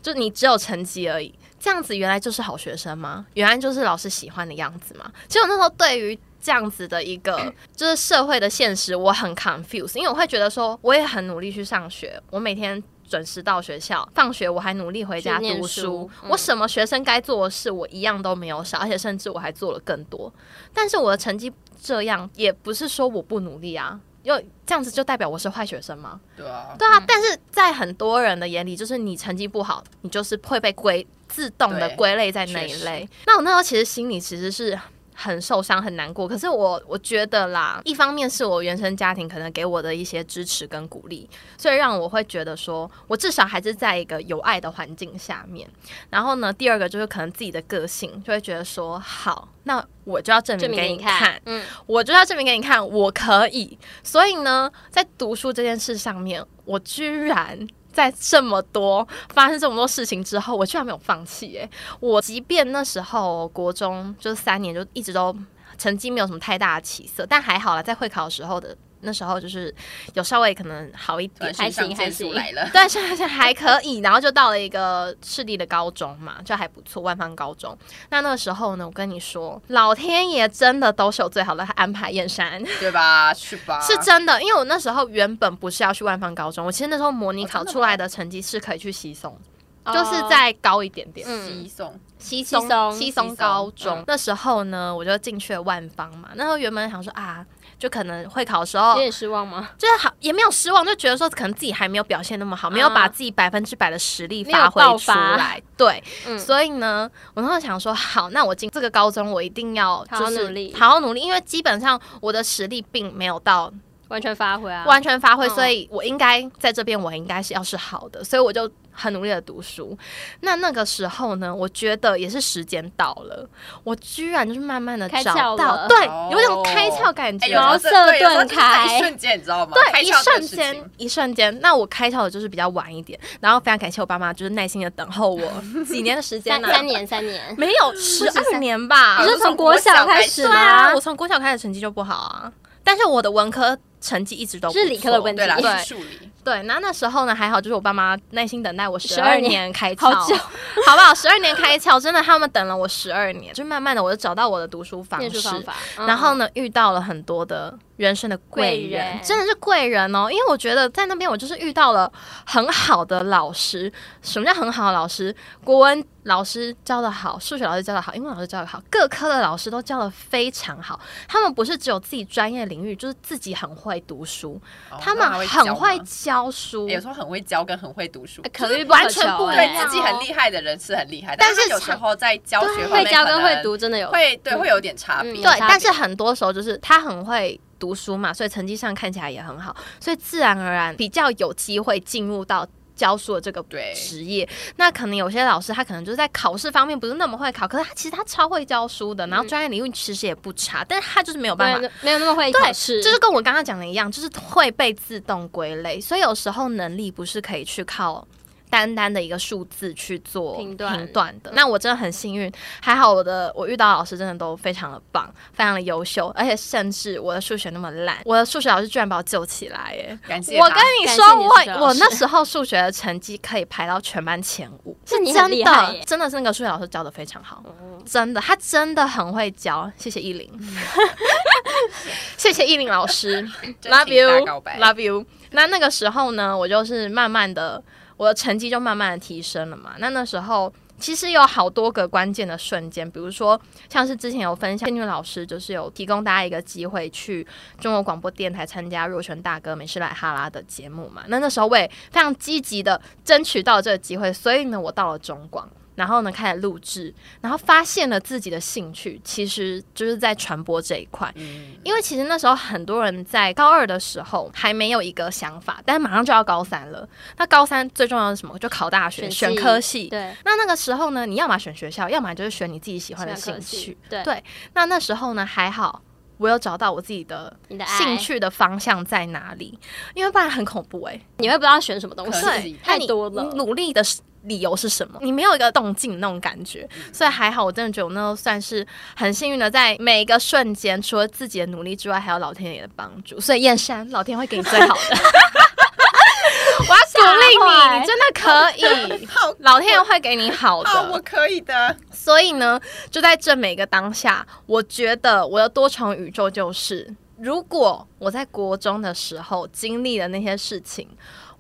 S1: 就你只有成绩而已。这样子原来就是好学生吗？原来就是老师喜欢的样子吗？其实我那时候对于这样子的一 个就是社会的现实，我很 confused，因为我会觉得说，我也很努力去上学，我每天。准时到学校，放学我还努力回家
S2: 去念
S1: 读
S2: 书嗯
S1: 我什么学生该做的事，我一样都没有少，而且甚至我还做了更多。但是我的成绩这样，也不是说我不努力啊，因为这样子就代表我是坏学生吗？
S3: 对啊，
S1: 对啊，但是在很多人的眼里，就是你成绩不好，你就是会被归自动的
S3: 对
S1: 归类在那一
S3: 确实
S1: 类。那我那时候其实心里其实是。很受伤，很难过。可是我我觉得啦，一方面是我原生家庭可能给我的一些支持跟鼓励，所以让我会觉得说，我至少还是在一个有爱的环境下面。然后呢，第二个就是可能自己的个性就会觉得说，好，那我就要证
S2: 证
S1: 明给
S2: 明给
S1: 你
S2: 你
S1: 看
S2: 看，，嗯，
S1: 我就要证明给你看，我可以。所以呢，在读书这件事上面，我居然在这么多发生这么多事情之后，我居然没有放弃、耶！我即便那时候国中就是三年，就一直都成绩没有什么太大的起色，但还好啦，在会考的时候的那时候，就是有稍微可能好一
S3: 突
S1: 点
S3: 然。肾上
S2: 还行
S3: 腺素
S2: 还行
S3: 来了，
S1: 对，是是还可以，然后就到了一个市立的高中嘛，就还不错，万方高中。那那个时候呢，我跟你说，老天爷真的都是有最好的安排，燕山。
S3: 对吧？是吧？
S1: 是真的，因为我那时候原本不是要去万方高中，我其实那时候模拟考
S3: 哦真的吗
S1: 出来的成绩是可以去西松，
S2: 哦
S1: 就是在高一点点。
S2: 嗯
S3: 西送，
S1: 西
S2: 松
S1: 西
S2: 西
S1: 松
S3: 松
S1: 高中、
S3: 嗯
S1: 那时候呢，我就进去了万方嘛。那时候原本想说啊，就可能会考的时候
S2: 有点失望吗？
S1: 就是好也没有失望，就觉得说可能自己还没有表现那么好，没有把自己百分之百的实力发挥
S2: 啊没有爆
S1: 出
S2: 发
S1: 来。对，
S2: 嗯
S1: 所以呢，我那时候想说，好，那我进这个高中，我一定要
S2: 好
S1: 就
S2: 好
S1: 是
S2: 努力
S1: 好好努力，因为基本上我的实力并没有到
S2: 完全发挥啊，
S1: 完全发挥，
S2: 嗯
S1: 所以我应该在这边，我应该是要是好的，所以我就很努力的读书。那那个时候呢，我觉得也是时间到了，我居然就是慢慢的
S2: 开
S1: 找
S2: 窍
S1: 到，
S2: 了啊
S1: 对
S3: 哦，
S1: 有种开窍感觉。
S3: 哎，有时候
S2: 茅
S3: 这
S2: 塞
S3: 对有时候就是
S2: 顿开
S3: 在一瞬间，你知道吗？开
S1: 对，一
S3: 窍这
S1: 瞬
S3: 个事
S1: 间
S3: 情，
S1: 一瞬间。那我开窍的就是比较晚一点，然后非常感谢我爸妈，就是耐心的等候我 几年的时间
S2: 三
S1: 呢、
S2: 三年三年，
S1: 没有十二年吧？
S2: 你
S3: 就是
S2: 从国小开始
S1: 对
S2: 吗
S1: 啊，？我从国小开始成绩就不好啊，但是我的文科成绩一直都不
S2: 是理科的
S1: 错
S2: 问题
S3: 对啦，
S1: 对
S3: 是数理，
S1: 对，那那时候呢还好，就是我爸妈耐心等待我十二
S2: 12
S1: 年开窍，
S2: 好久
S1: 好不好？十二年开窍，真的他们等了我十二年，就慢慢的我就找到我的读书方
S2: 念
S1: 式，
S2: 书方法，嗯
S1: 然后呢遇到了很多的人生的贵人，
S2: 贵人
S1: 真的是贵人哦。因为我觉得在那边我就是遇到了很好的老师，什么叫很好的老师？国文老师教的好，数学老师教的好，英文老师教的好，各科的老师都教的非常好。他们不是只有自己专业领域，就是自己很会读书，
S3: 哦
S1: 他
S3: 那还
S1: 们很会
S3: 教吗
S1: 教书
S3: 哎。有时候很会教跟很会读书，
S2: 可遇不
S1: 完
S2: 可
S1: 全
S2: 求
S1: 不一
S2: 哎
S1: 样
S3: 对自己很厉害的人是很厉害，
S1: 但
S3: 是
S1: 是
S3: 有时候在教学方
S2: 会
S3: 面
S2: 教
S3: 可
S2: 跟
S3: 能
S2: 会读真的有
S3: 会对
S2: 嗯
S3: 会有点差别，
S2: 嗯
S1: 对
S2: 有，差
S1: 但是
S2: 别
S1: 很多时候就是他很会读书嘛，所以成绩上看起来也很好，所以自然而然比较有机会进入到教书的这个
S3: 对
S1: 职业。那可能有些老师他可能就是在考试方面不是那么会考，可是他其实他超会教书的，然后专业领域其实也不差，但是他就是没有办法
S2: 对，没有那么会考试，
S1: 就是跟我刚刚讲的一样，就是会被自动归类，所以有时候能力不是可以去靠。单单的一个数字去做
S2: 评断嗯
S1: 的，那我真的很幸运，还好我的我遇到的老师真的都非常的棒，非常的优秀，而且甚至我的数学那么烂，我的数学老师居然把我救起来耶！
S3: 感谢
S1: 我
S3: 他
S1: 跟你
S2: 感
S1: 说，
S2: 谢你的数学老
S1: 我我
S2: 师
S1: 那时候数学的成绩可以排到全班前 五，
S2: 那
S1: 是
S2: 你很
S1: 真
S2: 厉害
S1: 的
S2: 耶，嗯
S1: 真的是那个数学老师教的非常好，真的，他真的很会教。谢谢依林，
S3: 嗯
S1: 谢谢依林老师
S3: 真
S1: ，love
S3: 情大
S1: you
S3: 告白
S1: love you。那那个时候呢，我就是慢慢的，我的成绩就慢慢的提升了嘛。那那时候。其实有好多个关键的瞬间，比如说像是之前有分享，英语老师就是有提供大家一个机会去中国广播电台参加若泉大哥美食来哈拉的节目嘛。那那时候我也非常积极的争取到这个机会，所以呢，我到了中广，然后呢开始录制，然后发现了自己的兴趣，其实就是在传播这一块。
S3: 嗯
S1: 因为其实那时候很多人在高二的时候还没有一个想法，但是马上就要高三了。那高三最重要的是什么？就考大学，
S2: 选
S1: 选
S2: 系
S1: 科系。
S2: 对，
S1: 那那个时候呢，你要么选学校，要么就是选你自己喜欢的
S2: 喜欢
S1: 兴
S2: 科系
S1: 趣。
S2: 对
S1: 那那时候呢，还好我有找到我自己的
S2: 你的爱
S1: 兴，趣的方向在哪里，因为不然很恐怖哎、
S2: 你会不知道选什么东西
S3: 可是，
S2: 太多了
S1: 那你你。努力的理由是什么？你没有一个动静那种感觉，
S2: 嗯
S1: 所以还好，我真的觉得我那时候算是很幸运的，在每一个瞬间，除了自己的努力之外，还有老天爷的帮助。所以燕山，老天会给你最好 的。 我要鼓励你，你真的可 以，
S3: 好
S1: 老天爷会给你好的。
S3: 好，我可以的。
S1: 所以呢，就在这每个当下，我觉得我的多重宇宙就是，如果我在国中的时候经历了那些事情，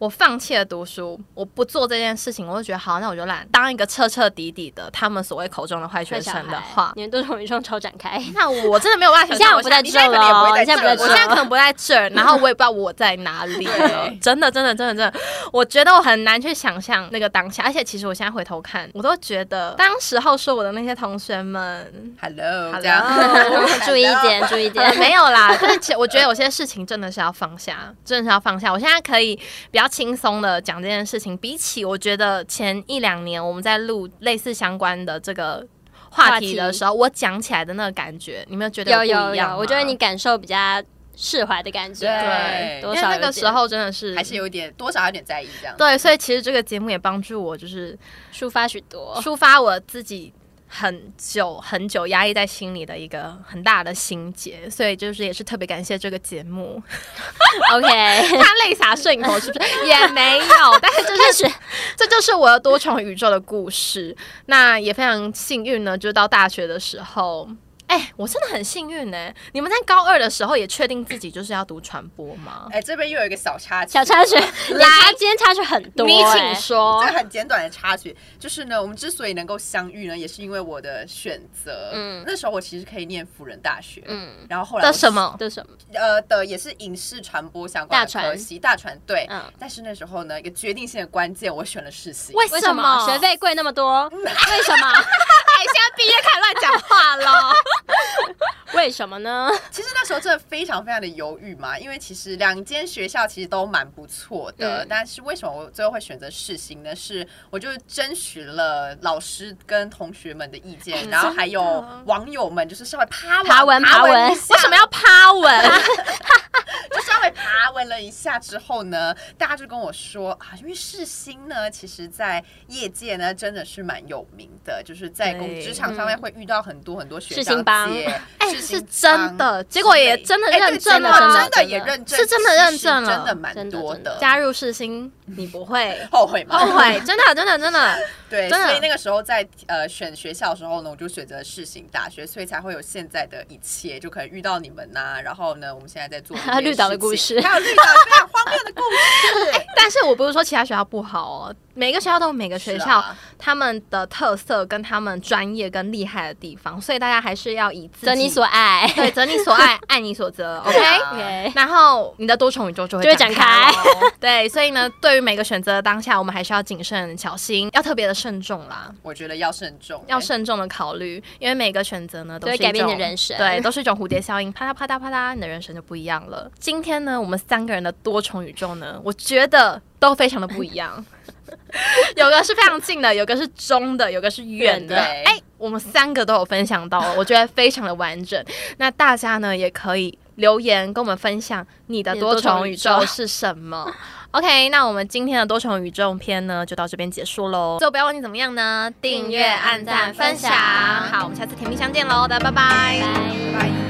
S1: 我放弃了读书，我不做这件事情，我就觉得好，那我就懒，当一个彻彻底底的他们所谓口中的坏学
S2: 坏小
S1: 生的
S2: 孩
S1: 话，
S2: 你们多重宇宙超展开，
S1: 那我真的没有办法想
S2: 你现在
S1: 象
S2: 我
S1: 我
S2: 不
S1: 现
S2: 在
S1: 在。
S2: 这
S3: 现在
S2: 儿
S3: 可能也不
S2: 了，
S3: 会
S2: 你现在不在这
S3: 在这
S1: 我
S3: 儿
S1: 现在可
S2: 儿
S1: 能
S2: 了。
S1: 不在这儿，然后我也不知道我在哪里了
S3: 对。
S1: 真的，真的，真的，真的，我觉得我很难去想象那个当下。而且其实我现在回头看，我都觉得当时候说我的那些同学们，
S3: Hello，
S1: Hello
S3: 这样
S2: 注意一点，注意一
S1: 呃
S2: 点。
S1: 没有啦，但是其实我觉得有些事情真的是要放下，真的是要放下。我现在可以比较轻松的讲这件事情，比起我觉得前一两年我们在录类似相关的这个话题的时候，我讲起来的那个感觉，你们 觉得
S2: 有
S1: 不
S2: 有
S1: 一样吗
S2: 有，我觉得你感受比较释怀的感觉，
S3: 对
S1: 因
S2: 多
S1: 为
S2: 少
S1: 那
S2: 有
S1: 个
S2: 点
S1: 时候真的是
S3: 还是有点多少有点在意这样。
S1: 对，所以其实这个节目也帮助我，就是
S2: 抒发许多。
S1: 抒发我自己很久很久压抑在心里的一个很大的心结，所以就是也是特别感谢这个节 目。
S2: OK，
S1: 他泪洒摄影头是不是？也没有，但是就
S2: 开
S1: 是
S2: 始
S1: 这就是我的多重宇宙的故事。那也非常幸运呢，就是到大学的时候。哎、我真的很幸运呢、你们在高二的时候也确定自己就是要读传播吗？
S3: 哎，这边又有一个小插曲，
S2: 小插 曲，来，今天插曲很多、
S1: 你
S2: 哎
S1: 请说
S3: 这。很简短的插曲，就是呢，我们之所以能够相遇呢，也是因为我的选择。
S2: 嗯
S3: 嗯，那时候我其实可以念辅仁大学，
S2: 嗯，
S3: 然后后来
S1: 的
S3: 我
S1: 什么？
S2: 这是什么？
S3: 呃的也是影视传播相关
S2: 大
S3: 的
S2: 传
S3: 科系，大传对。
S2: 嗯，
S3: 但是那时候呢，一个决定性的关键，我选了世新。
S1: 为
S2: 为
S1: 什么？
S2: 学费贵那 么多？为什么？
S1: 哎，现在毕业开始乱讲话了。
S2: 为什么呢？
S3: 其实那时候真的非常非常的犹豫嘛，因为其实两间学校其实都蛮不错的，
S2: 嗯
S3: 但是为什么我最后会选择世新呢？是我就征询了老师跟同学们的意
S2: 哦
S3: 见，然后还有网友们，就是稍微爬文
S2: 爬文
S3: 爬
S2: 爬文
S3: 文一 下，
S1: 为什么要趴文？
S3: 就稍微爬文了一下之后呢，大家就跟我说啊，因为世新呢，其实在业界呢真的是蛮有名的，就是在工
S1: 对嗯
S3: 职场上面会遇到很多很多学
S2: 世
S3: 长
S2: 新帮
S3: 姐，
S1: 哎
S3: 世新
S1: 是真的
S3: 帮
S1: 结果也
S3: 之类
S1: 真的
S3: 哎对
S1: 认证
S3: 结
S2: 了
S3: 果
S2: 真的
S3: 真的也
S2: 真的
S3: 认证，
S1: 是真的
S3: 其实
S1: 认证了
S3: 真的
S2: 真
S3: 蛮
S2: 的
S3: 多
S2: 真的
S1: 加入世新，你不会
S3: 后悔吗？
S1: 后悔，真的，真的，真的。
S3: 对，
S1: 哦真的
S3: 所以那个时候在呃选学校的时候呢，我就选择世新大学，所以才会有现在的一切，就可能遇到你们呐、然后呢，我们现在在做这些
S1: ，
S2: 绿岛的
S3: 事情
S2: 故事
S3: 还有绿岛非常荒谬的故事
S1: 但是我不是说其他学校不好哦，每个学校都有每个学
S3: 是
S1: 校
S3: 啊
S1: 他们的特色跟他们专业跟厉害的地方，所以大家还是要以自
S2: 择
S1: 己
S2: 你所爱。
S1: 对择你所 爱，爱你所择，OK
S3: 对。啊
S2: OK，
S1: 然后你的多重宇宙就会
S2: 就会
S1: 咯对，所以呢，对于每个选择的当下，我们还是要谨慎小心，要特别的慎重啦。
S3: 我觉得要慎重，
S1: 要慎重的考虑，因为每个选择呢都
S2: 都会
S1: 是一
S2: 改变你的
S1: 种
S2: 人生
S1: 对，都是一种蝴蝶效应，啪嗒啪嗒啪嗒，你的人生就不一样了。今天呢，我们三个人的多重宇宙呢，我觉得都非常的不一样。 有个是非常近的，有个是中的，有个是远的。
S3: 对
S1: 哎，我们三个都有分享到了，我觉得非常的完整。那大家呢也可以留言跟我们分享你的
S2: 你的
S1: 多
S2: 多
S1: 重
S2: 重
S1: 宇
S2: 宇宙
S1: 宙是什么。OK，那我们今天的多重宇宙篇呢就到这边结束喽。最后不要忘记怎么样呢？订阅、按赞、分享。好，我们下次甜蜜相见喽，大家拜拜
S2: 拜。
S3: 拜。